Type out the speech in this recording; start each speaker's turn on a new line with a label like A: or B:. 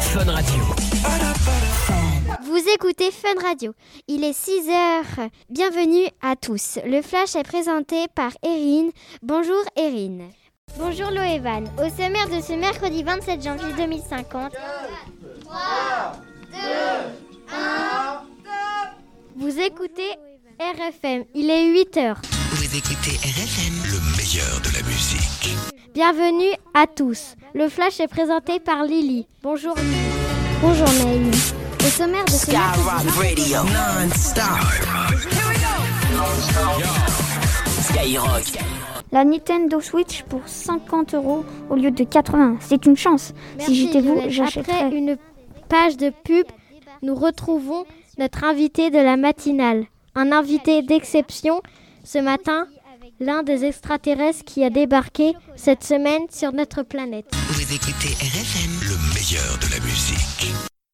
A: Fun Radio.
B: Vous écoutez Fun Radio. Il est 6 heures. Bienvenue à tous. Le flash est présenté par Erin. Bonjour Erin. Bonjour Loévan. Au sommaire de ce mercredi 27 janvier 2050. 3, 2, 1, Vous écoutez RFM. Il est 8 heures.
C: Vous écoutez RFM.
D: Le meilleur de la musique.
B: Bienvenue à tous. Le flash est présenté par Lily. Bonjour. Bonjour Naïm. Au sommaire de ce
C: Skyrock
B: mercredi-
C: Radio. Non-stop. Skyrock.
E: La Nintendo Switch pour 50 euros au lieu de 80. C'est une chance.
B: Merci,
E: si j'étais vous,
B: Lionel.
E: j'achèterais.
B: Après une page de pub, nous retrouvons notre invité de la matinale. Un invité d'exception ce matin, l'un des extraterrestres qui a débarqué cette semaine sur notre planète.
C: Vous écoutez RFM.
D: Le meilleur de la musique.